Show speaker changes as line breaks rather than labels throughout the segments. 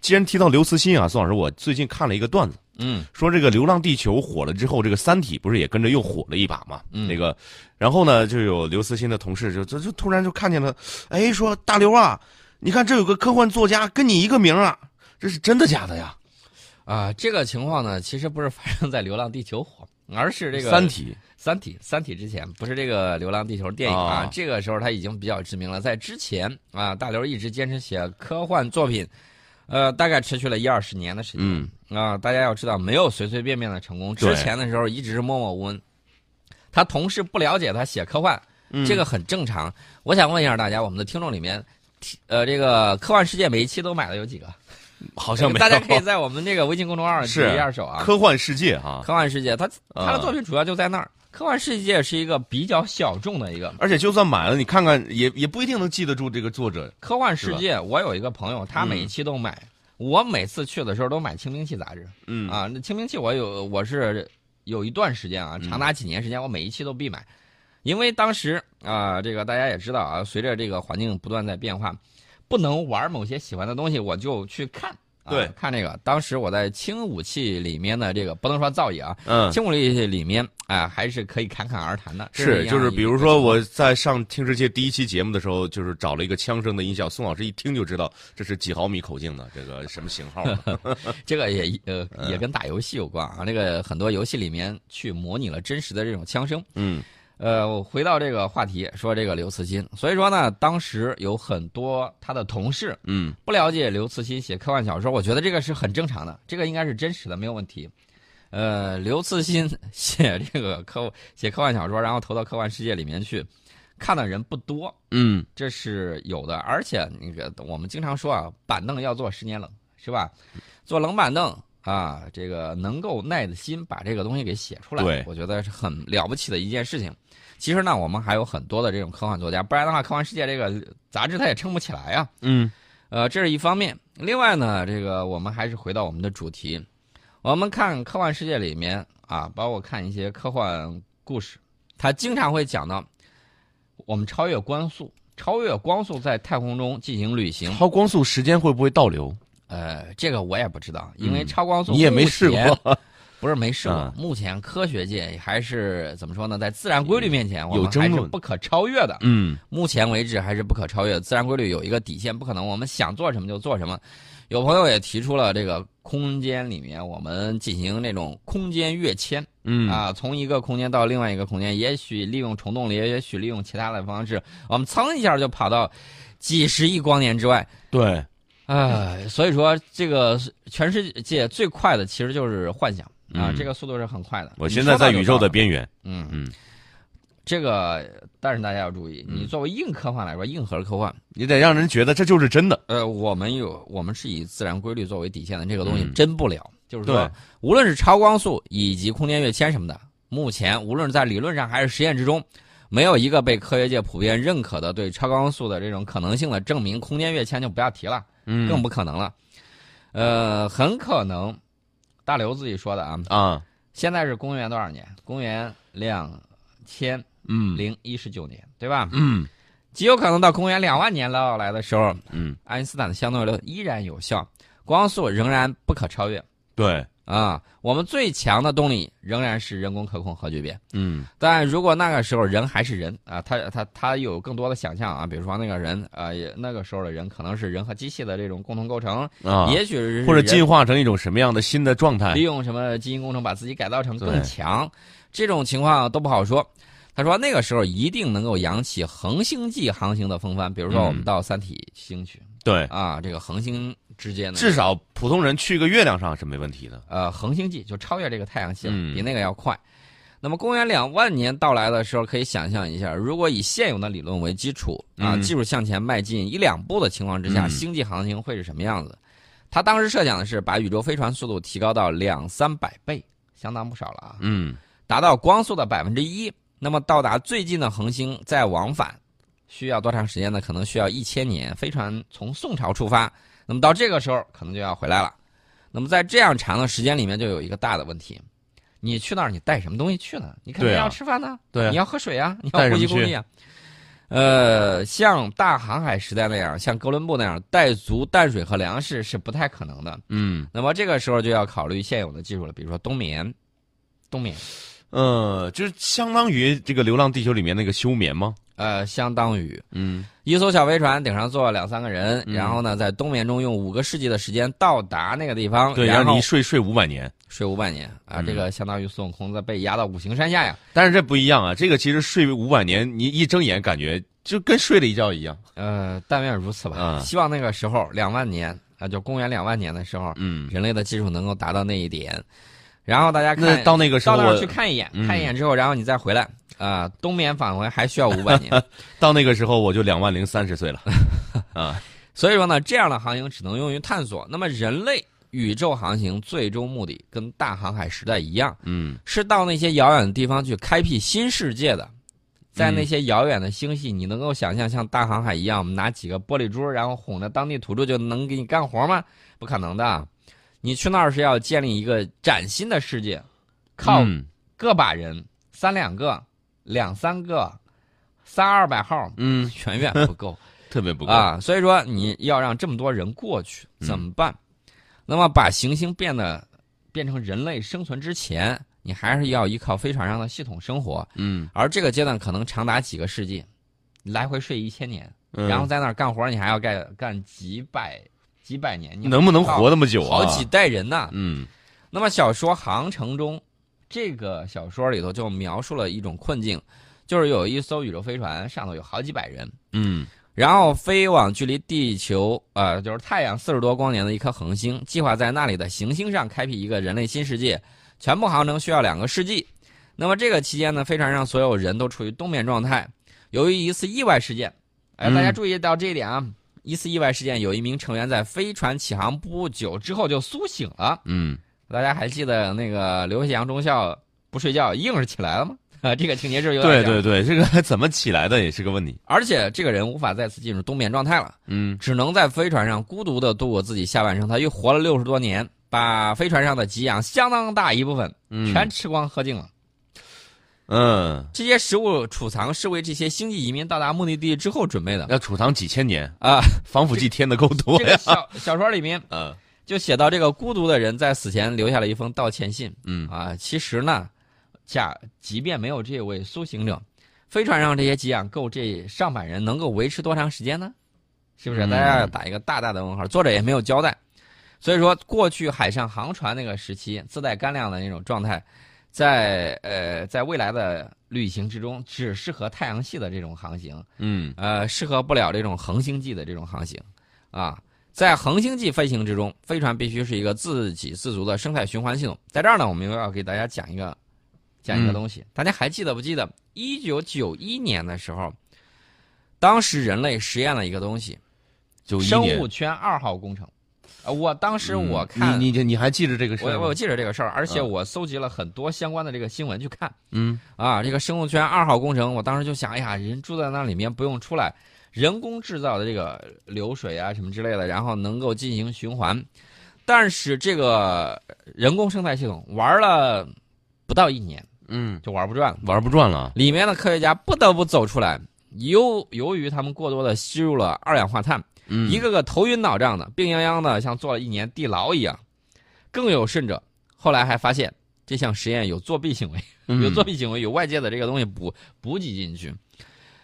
既然提到刘慈欣啊，宋老师，我最近看了一个段子，
嗯
说这个《流浪地球》火了之后，这个《三体》不是也跟着又火了一把嘛？
嗯
那个，然后呢，就有刘慈欣的同事就就就突然就看见了，哎，说大刘啊，你看这有个科幻作家跟你一个名儿啊，这是真的假的呀？
啊、这个情况呢，其实不是发生在《流浪地球》火，而是这个
三体》
三体》《三体》之前，不是这个《流浪地球》电影啊，
啊
这个时候他已经比较知名了。在之前啊，大刘一直坚持写科幻作品，呃，大概持续了一二十年的时间。
嗯
啊，大家要知道，没有随随便便的成功。之
对
前的时候一直是默默无闻，他同事不了解他写科幻，
嗯
这个很正常。我想问一下大家，我们的听众里面，呃，这个科幻世界每一期都买了有几个？
好 像没有
大家可以在我们这个微信公众号上
是
举一二手啊。
科幻世界啊，
科幻世界，他
啊
他的作品主要就在那儿。科幻世界是一个比较小众的一个
而且就算买了，你看看也也不一定能记得住这个作者
科幻世界。我有一个朋友，他每
嗯
一期都买，我每次去的时候都买《清明期》杂志。
嗯
啊，那《清明期》我有我是有一段时间啊，
嗯
长达几年时间，我每一期都必买，因为当时啊、这个大家也知道啊，随着这个环境不断在变化，不能玩某些喜欢的东西，我就去看。啊
对
看这个，当时我在轻武器里面的这个不能说造诣啊，
嗯。
轻武力里面啊、还是可以侃侃而谈的。这
是，
一
就
样
是
一
比
个
如说我在上《听世界》第一期节目的时候，就是找了一个枪声的音效，宋老师一听就知道这是几毫米口径的，这个什么型号的。
这个也呃
嗯
也跟打游戏有关啊，那个很多游戏里面去模拟了真实的这种枪声。
嗯
呃，我回到这个话题，说这个刘慈欣，所以说呢，当时有很多他的同事
嗯
不了解刘慈欣写科幻小说，我觉得这个是很正常的，这个应该是真实的，没有问题。呃，刘慈欣 写这个科写科幻小说，然后投到科幻世界里面去，看的人不多，
嗯，
这是有的。而且那个我们经常说啊，板凳要坐十年冷，是吧？坐冷板凳啊，这个能够耐得心把这个东西给写出来，
对
我觉得是很了不起的一件事情。其实呢，我们还有很多的这种科幻作家，不然的话，科幻世界这个杂志它也撑不起来啊。
嗯，
呃，这是一方面。另外呢，这个我们还是回到我们的主题，我们看科幻世界里面啊，包括看一些科幻故事，它经常会讲到我们超越光速，超越光速在太空中进行旅行。
超光速时间会不会倒流？
呃，这个我也不知道，因为
嗯
超光速、
你也没试过，
不是没试过。
啊
目前科学界还是怎么说呢，在自然规律面前，
嗯
我
有
们
争
还是
论
不可超越的。
嗯
目前为止还是不可超越的。自然规律有一个底线，不可能我们想做什么就做什么。有朋友也提出了这个空间里面，我们进行那种空间跃迁
嗯
啊，从一个空间到另外一个空间，也许利用虫洞里，也许利用其他的方式，我们噌一下就跑到几十亿光年之外。
对，
啊，所以说这个全世界最快的其实就是幻想啊
嗯，
这个速度是很快的。
我
你
现在
说到
在
就
宇宙
到
的边缘。
嗯
嗯，
这个，但是大家要注意，你
嗯
作为硬科幻来说，硬核科幻，
你得让人觉得这就是真的。
呃，我们有我们是以自然规律作为底线的，这个东西
嗯
真不了。就是
对
说，无论是超光速以及空间跃迁什么的，目前无论是在理论上还是实验之中，没有一个被科学界普遍认可的对超光速的这种可能性的证明。空间跃迁就不要提了，
嗯
更不可能了。呃，很可能，大刘自己说的啊，
啊，
现在是公元多少年？公元两千
嗯
零一十九年，对吧？
嗯
极有可能到公元两万年到来的时候，
嗯，
爱因斯坦的相对论依然有效，光速仍然不可超越
对，
啊、我们最强的动力仍然是人工可控核聚变，
嗯
但如果那个时候人还是人啊，他他他有更多的想象啊，比如说那个人啊，也那个时候的人可能是人和机器的这种共同构成，
啊，
也许是
或者
人
进化成一种什么样的新的状态
利？用什么基因工程把自己改造成
哎对
更强，这种情况都不好说。他说那个时候一定能够扬起恒星际航行的风帆，比如说我
嗯
们
哎
到三体星去、
对，
啊，这个恒星之间的
至少普通人去个月亮上是没问题的。
呃恒星际就超越这个太阳系了，
嗯
比那个要快。那么公元两万年到来的时候，可以想象一下，如果以现有的理论为基础啊，
嗯
技术向前迈进一两步的情况之下，
嗯
星际航行会是什么样子？他当时设想的是把宇宙飞船速度提高到两三百倍，相当不少了啊，
嗯
达到光速的百分之一。那么到达最近的恒星再往返，需要多长时间呢？可能需要一千年。飞船从宋朝出发，那么到这个时候可能就要回来了。那么在这样长的时间里面，就有一个大的问题：你去那儿，你带什么东西去呢？你肯定
对啊
要吃饭呢、
对啊
你要喝水啊，你
带
要
什
呼
么
吸空
去
气啊。呃，像大航海时代那样，像哥伦布那样带足淡水和粮食是不太可能的。
嗯，
那么这个时候就要考虑现有的技术了，比如说冬眠，冬眠，
呃，就是相当于这个《流浪地球》里面那个休眠吗？
呃，相当于
嗯
一艘小飞船顶上坐两三个人，然后呢，在冬眠中用五个世纪的时间到达那个地方，
对，
然
让你
后
一睡睡五百年。
睡五百年啊，
嗯
这个相当于孙悟空在被压到五行山下呀。
但是这不一样啊，这个其实睡五百年，你一睁眼感觉就跟睡了一觉一样。
呃，但愿如此吧。
嗯
希望那个时候两万年啊，就公元两万年的时候，
嗯，
人类的技术能够达到那一点。然后大家看
那到那个时
到
候，
那儿
我
去看一眼，
嗯
看一眼之后，然后你再回来啊、冬眠返回还需要五百年。
到那个时候我就两万零三十岁了。啊，
所以说呢，这样的航行只能用于探索。那么人类宇宙航行最终目的跟大航海时代一样，
嗯
是到那些遥远的地方去开辟新世界的。在那些遥远的星系，你能够想象像大航海一样，我们拿几个玻璃珠，然后哄着当地土著就能给你干活吗？不可能的，啊你去那儿是要建立一个崭新的世界，靠
嗯
个把人，三两个，两三个，三二百号，
嗯，
远远不够
特别不够。嗯
啊！所以说你要让这么多人过去，怎么办？那么把行星变得变成人类生存之前，你还是要依靠飞船上的系统生活，
嗯，
而这个阶段可能长达几个世纪，来回睡一千年，
嗯
然后在那儿干活，你还要干干几百几百年，你
能不能活那么久
好
啊？
几代人呢、
嗯
那么小说《航程》中，这个小说里头就描述了一种困境，就是有一艘宇宙飞船上头有好几百人，
嗯
然后飞往距离地球呃就是太阳四十多光年的一颗恒星，计划在那里的行星上开辟一个人类新世界，全部航程需要两个世纪。那么这个期间呢，飞船上所有人都处于冬眠状态。由于一次意外事件，哎，
嗯
大家注意到这一点啊，一次意外事件，有一名成员在飞船起航不久之后就苏醒了。
嗯，
大家还记得那个刘翔中校不睡觉硬是起来了吗？ 啊，这个情节是有点
对对
像
对，这个 怎么起来的也是个问题。
而且这个人无法再次进入冬眠状态了，
嗯
只能在飞船上孤独的度过自己下半生。他又活了六十多年，把飞船上的给养相当大一部分
嗯，
全吃光喝净了。
嗯，
这些食物储藏是为这些星际移民到达目的地之后准备的
要储藏几千年，
啊。
防腐剂添的够多
这
呀
个。小小说里面
嗯
就写到，这个孤独的人在死前留下了一封道歉信。
嗯
啊，其实呢，假即便没有这位苏醒者，飞船上这些给养够这上百人能够维持多长时间呢？是不是？
嗯
大家要打一个大大的问号。作者也没有交代，所以说过去海上航船那个时期自带干粮的那种状态，在呃在未来的旅行之中，只适合太阳系的这种航行，
嗯
呃，适合不了这种恒星际的这种航行，啊，在恒星际飞行之中，飞船必须是一个自给自足的生态循环系统。在这儿呢，我们又要给大家讲一个讲一个
嗯
东西，大家还记得不记得？一九九一年的时候，当时人类实验了一个东西
九
——
一
生
年
物圈二号工程。呃，我当时
嗯
我看，
你你你还记着这个事儿
我
吗
我记着这个事儿，而且
嗯
我搜集了很多相关的这个新闻去看。
嗯
啊，这个生物圈二号工程，我当时就想，哎呀，人住在那里面不用出来，人工制造的这个流水啊什么之类的，然后能够进行循环。但是这个人工生态系统玩了不到一年
嗯，
就玩不转了，
玩不转了。啊
里面的科学家不得不走出来，由由于他们过多的吸入了二氧化碳，
嗯，
一个个头晕脑胀的，病殃殃的，像坐了一年地牢一样。更有甚者，后来还发现这项实验有作弊行为。有
嗯
作弊行为，有外界的这个东西补补给进去。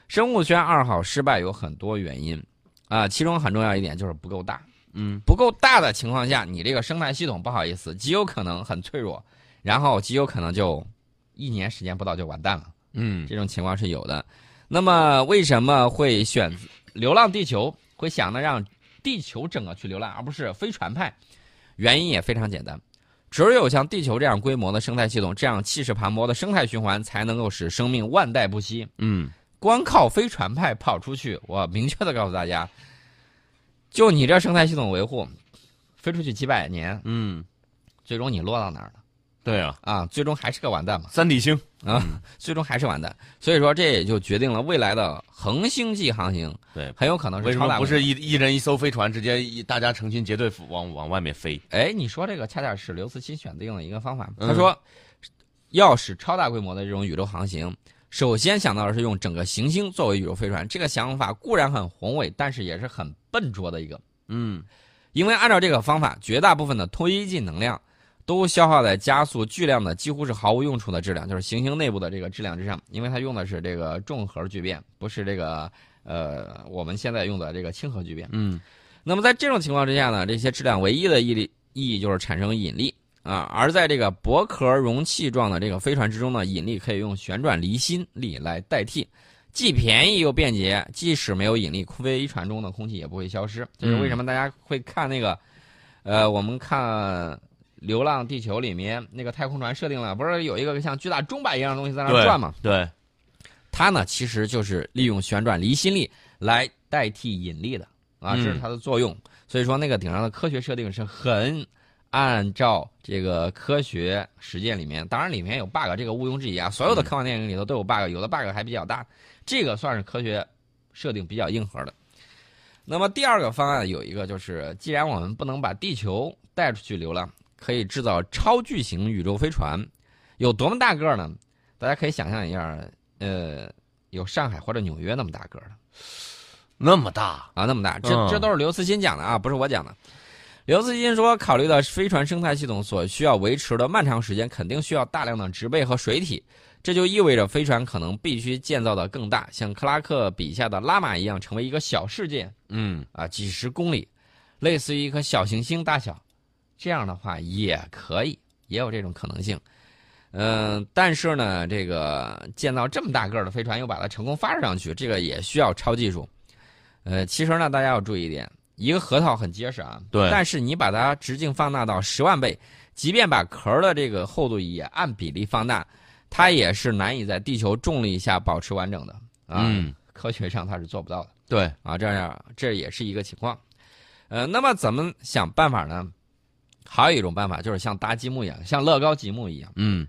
生物圈二号失败有很多原因啊、其中很重要一点就是不够大。
嗯
不够大的情况下，你这个生态系统不好意思，极有可能很脆弱，然后极有可能就一年时间不到就完蛋了。
嗯
这种情况是有的。那么为什么会选《流浪地球》？会想着让地球整个去流浪，而不是飞船派？原因也非常简单，只有像地球这样规模的生态系统，这样气势磅礴的生态循环，才能够使生命万代不息。
嗯
光靠飞船派跑出去，我明确的告诉大家，就你这生态系统维护，飞出去几百年，
嗯，
最终你落到哪儿了
对啊，
啊？最终还是个完蛋嘛。
三体星。
啊，最终还是完蛋。所以说，这也就决定了未来的恒星际航行，
对
很有可能
为
是
什
超
么
大
不
规模
是一一人一艘飞船，直接一大家成群结队往往外面飞？
哎，你说这个恰恰是刘慈欣选定了一个方法，
嗯
他说，要使超大规模的这种宇宙航行，首先想到的是用整个行星作为宇宙飞船，这个想法固然很宏伟，但是也是很笨拙的一个。
嗯，
因为按照这个方法，绝大部分的推进能量都消耗在加速巨量的几乎是毫无用处的质量，就是行星内部的这个质量之上。因为它用的是这个重核聚变，不是这个呃我们现在用的这个氢核聚变。
嗯，
那么在这种情况之下呢，这些质量唯一的意力意义就是产生引力啊。而在这个薄壳容器状的这个飞船之中呢，引力可以用旋转离心力来代替，既便宜又便捷。即使没有引力，飞船中的空气也不会消失。这是为什么大家会看那个，呃，我们看《流浪地球》里面那个太空船设定了，不是有一个像巨大钟摆一样的东西在那儿
对
转吗？
对，
它呢其实就是利用旋转离心力来代替引力的啊，这
嗯
是它的作用。所以说那个顶上的科学设定是很按照这个科学实践里面，当然里面有 bug，这个毋庸置疑啊，所有的科幻电影里头都有 bug，有的 bug 还比较大，这个算是科学设定比较硬核的。那么第二个方案有一个就是，既然我们不能把地球带出去流浪，可以制造超巨型宇宙飞船，有多么大个儿呢？大家可以想象一下，呃，有上海或者纽约那么大个儿的
那么大，
啊，那么大，这
嗯
这都是刘慈欣讲的啊，不是我讲的。刘慈欣说，考虑到飞船生态系统所需要维持的漫长时间，肯定需要大量的植被和水体，这就意味着飞船可能必须建造的更大，像克拉克笔下的拉玛一样，成为一个小世界
嗯
啊，几十公里，类似于一颗小行星大小，这样的话也可以，也有这种可能性。嗯、但是呢，这个建造这么大个儿的飞船，又把它成功发射上去，这个也需要超技术。呃，其实呢，大家要注意一点，一个核桃很结实啊，
对
但是你把它直径放大到十万倍，即便把壳儿的这个厚度也按比例放大，它也是难以在地球重力下保持完整的啊。
嗯，
科学上它是做不到的。
对，
啊，这样这也是一个情况。呃，那么怎么想办法呢？还有一种办法就是像搭积木一样，像乐高积木一样，
嗯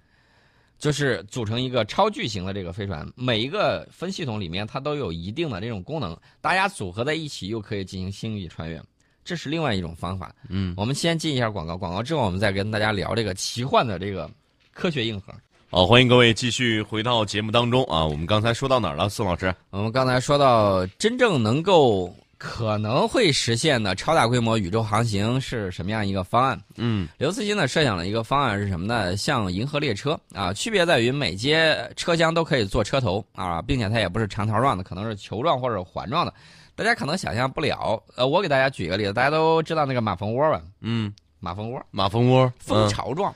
就是组成一个超巨型的这个飞船，每一个分系统里面它都有一定的这种功能，大家组合在一起又可以进行星际穿越，这是另外一种方法。
嗯，
我们先进一下广告，广告之后我们再跟大家聊这个奇幻的这个科学硬核。
好，欢迎各位继续回到节目当中啊！我们刚才说到哪儿了，宋老师？
我们刚才说到，真正能够可能会实现的超大规模宇宙航行是什么样一个方案？
嗯
刘慈欣呢设想了一个方案是什么呢？像银河列车啊，区别在于每节车厢都可以坐车头啊，并且它也不是长条状的，可能是球状或者环状的，大家可能想象不了。呃，我给大家举一个例子，大家都知道那个马蜂窝吧？
嗯，
马蜂窝
马蜂窝，
蜂
嗯
巢状。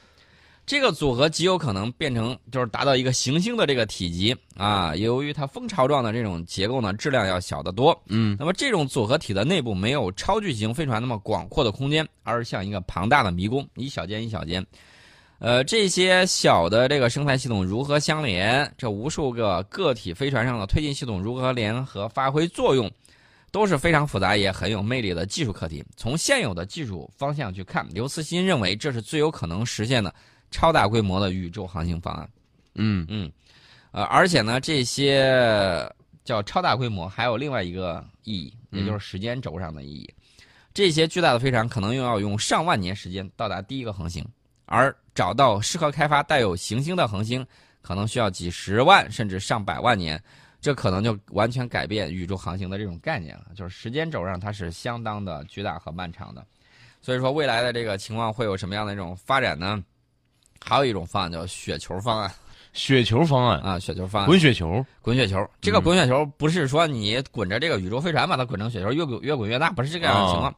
这个组合极有可能变成，就是达到一个行星的这个体积啊。由于它蜂巢状的这种结构呢，质量要小得多。
嗯，
那么这种组合体的内部没有超巨型飞船那么广阔的空间，而是像一个庞大的迷宫，一小间一小间。呃，这些小的这个生态系统如何相连？这无数个个体飞船上的推进系统如何联合发挥作用，都是非常复杂也很有魅力的技术课题。从现有的技术方向去看，刘慈欣认为这是最有可能实现的超大规模的宇宙航行方案。
嗯
嗯，呃，而且呢，这些叫超大规模，还有另外一个意义，也就是时间轴上的意义。这些巨大的飞船可能又要用上万年时间到达第一个恒星，而找到适合开发带有行星的恒星，可能需要几十万甚至上百万年。这可能就完全改变宇宙航行的这种概念了，就是时间轴上它是相当的巨大和漫长的。所以说，未来的这个情况会有什么样的一种发展呢？还有一种方案叫雪球方案
雪球方案，
啊，雪球方案
滚雪球，
滚雪球，这个滚雪球不是说你滚着这个宇宙飞船把它滚成雪球，越滚越滚越大，不是这个样的情况。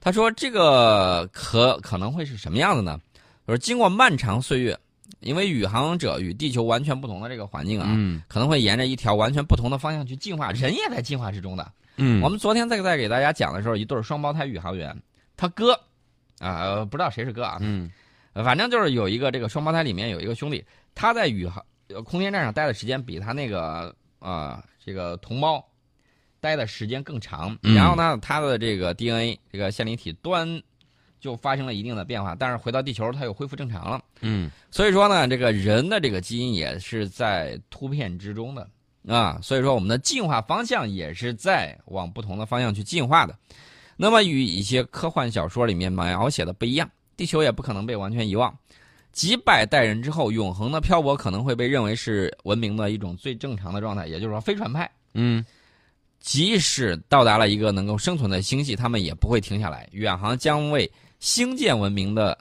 他说这个可可能会是什么样子呢？就是经过漫长岁月，因为宇航者与地球完全不同的这个环境啊，
嗯
可能会沿着一条完全不同的方向去进化，人也在进化之中的。
嗯
我们昨天在在给大家讲的时候，一对双胞胎宇航员，他哥啊、呃不知道谁是哥啊，
嗯
呃反正就是有一个这个双胞胎里面有一个兄弟，他在宇航呃空间站上待的时间比他那个啊、呃这个同胞待的时间更长，
嗯
然后呢，他的这个 DNA 这个线粒体端就发生了一定的变化，但是回到地球它又恢复正常了。
嗯
所以说呢，这个人的这个基因也是在突变之中的啊，所以说我们的进化方向也是在往不同的方向去进化的。那么与一些科幻小说里面描写的不一样，地球也不可能被完全遗忘。几百代人之后，永恒的漂泊可能会被认为是文明的一种最正常的状态，也就是说非船派。
嗯，
即使到达了一个能够生存的星系，他们也不会停下来，远航将为星舰文明的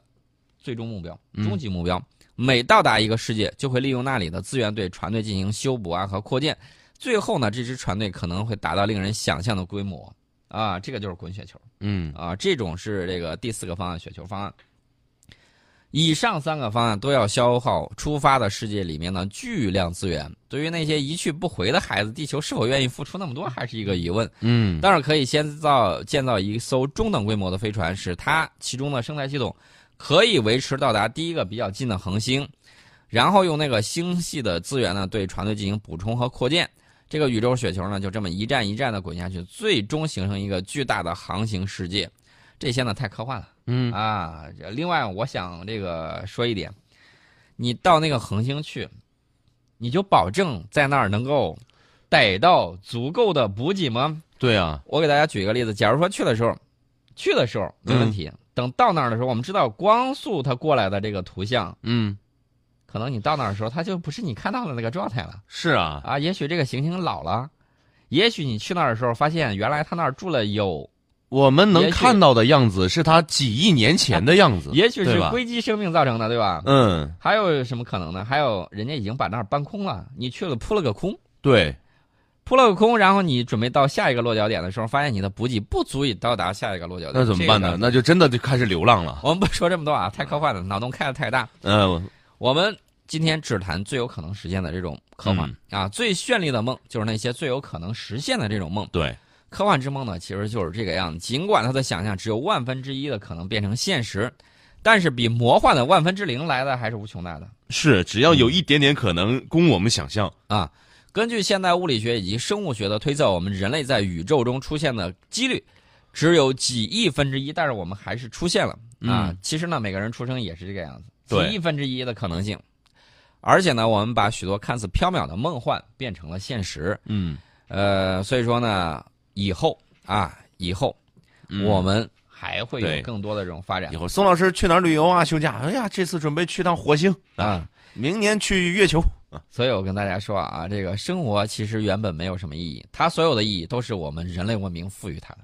最终目标、
嗯
终极目标。每到达一个世界，就会利用那里的资源对船队进行修补啊和扩建。最后呢，这支船队可能会达到令人想象的规模啊！这个就是滚雪球。
嗯，
啊，这种是这个第四个方案雪球方案。以上三个方案都要消耗出发的世界里面的巨量资源。对于那些一去不回的孩子，地球是否愿意付出那么多，还是一个疑问。
嗯，
当然，可以先造建造一艘中等规模的飞船，使它其中的生态系统可以维持到达第一个比较近的恒星，然后用那个星系的资源呢，对船队进行补充和扩建。这个宇宙雪球呢，就这么一站一站的滚下去，最终形成一个巨大的航行世界。这些呢，太科幻了。
嗯
啊，这另外我想这个说一点，你到那个恒星去，你就保证在那儿能够逮到足够的补给吗？
对啊，
我给大家举一个例子，假如说去的时候，去的时候没
嗯
问题，等到那儿的时候，我们知道光速它过来的这个图像，
嗯，
可能你到那儿的时候，它就不是你看到的那个状态了
是啊，
啊。也许这个行星老了，也许你去那儿的时候发现，原来它那儿住了有，
我们
也
能
许
看到的样子是他几亿年前的样子，
也许
对
是
吧
硅基生命造成的，对吧？
嗯，
还有什么可能呢？还有人家已经把那儿搬空了，你去了扑了个空，
对，
扑了个空，然后你准备到下一个落脚点的时候，发现你的补给不足以到达下一个落脚
那
点，
怎么
呃这个
办呢？那就真的就开始流浪了。
我们不说这么多啊，太科幻了，脑洞开的太大。
嗯，
我们今天只谈最有可能实现的这种科幻、啊，最绚丽的梦就是那些最有可能实现的这种梦。
对，
科幻之梦呢，其实就是这个样子。尽管它的想象只有万分之一的可能变成现实，但是比魔幻的万分之零来的还是无穷大的
是只要有一点点可能供我们想象。
啊。根据现代物理学以及生物学的推测，我们人类在宇宙中出现的几率只有几亿分之一，但是我们还是出现了啊。其实呢，每个人出生也是这个样子，
嗯对
几亿分之一的可能性。而且呢，我们把许多看似缥缈的梦幻变成了现实。
嗯，
呃，所以说呢，以后啊，以后、我们还会
嗯对
有更多的这种发展
以后宋老师去哪儿旅游啊？休假？哎呀，这次准备去趟火星，
啊。
明年去月球。
所以我跟大家说啊，这个生活其实原本没有什么意义，它所有的意义都是我们人类文明赋予它的。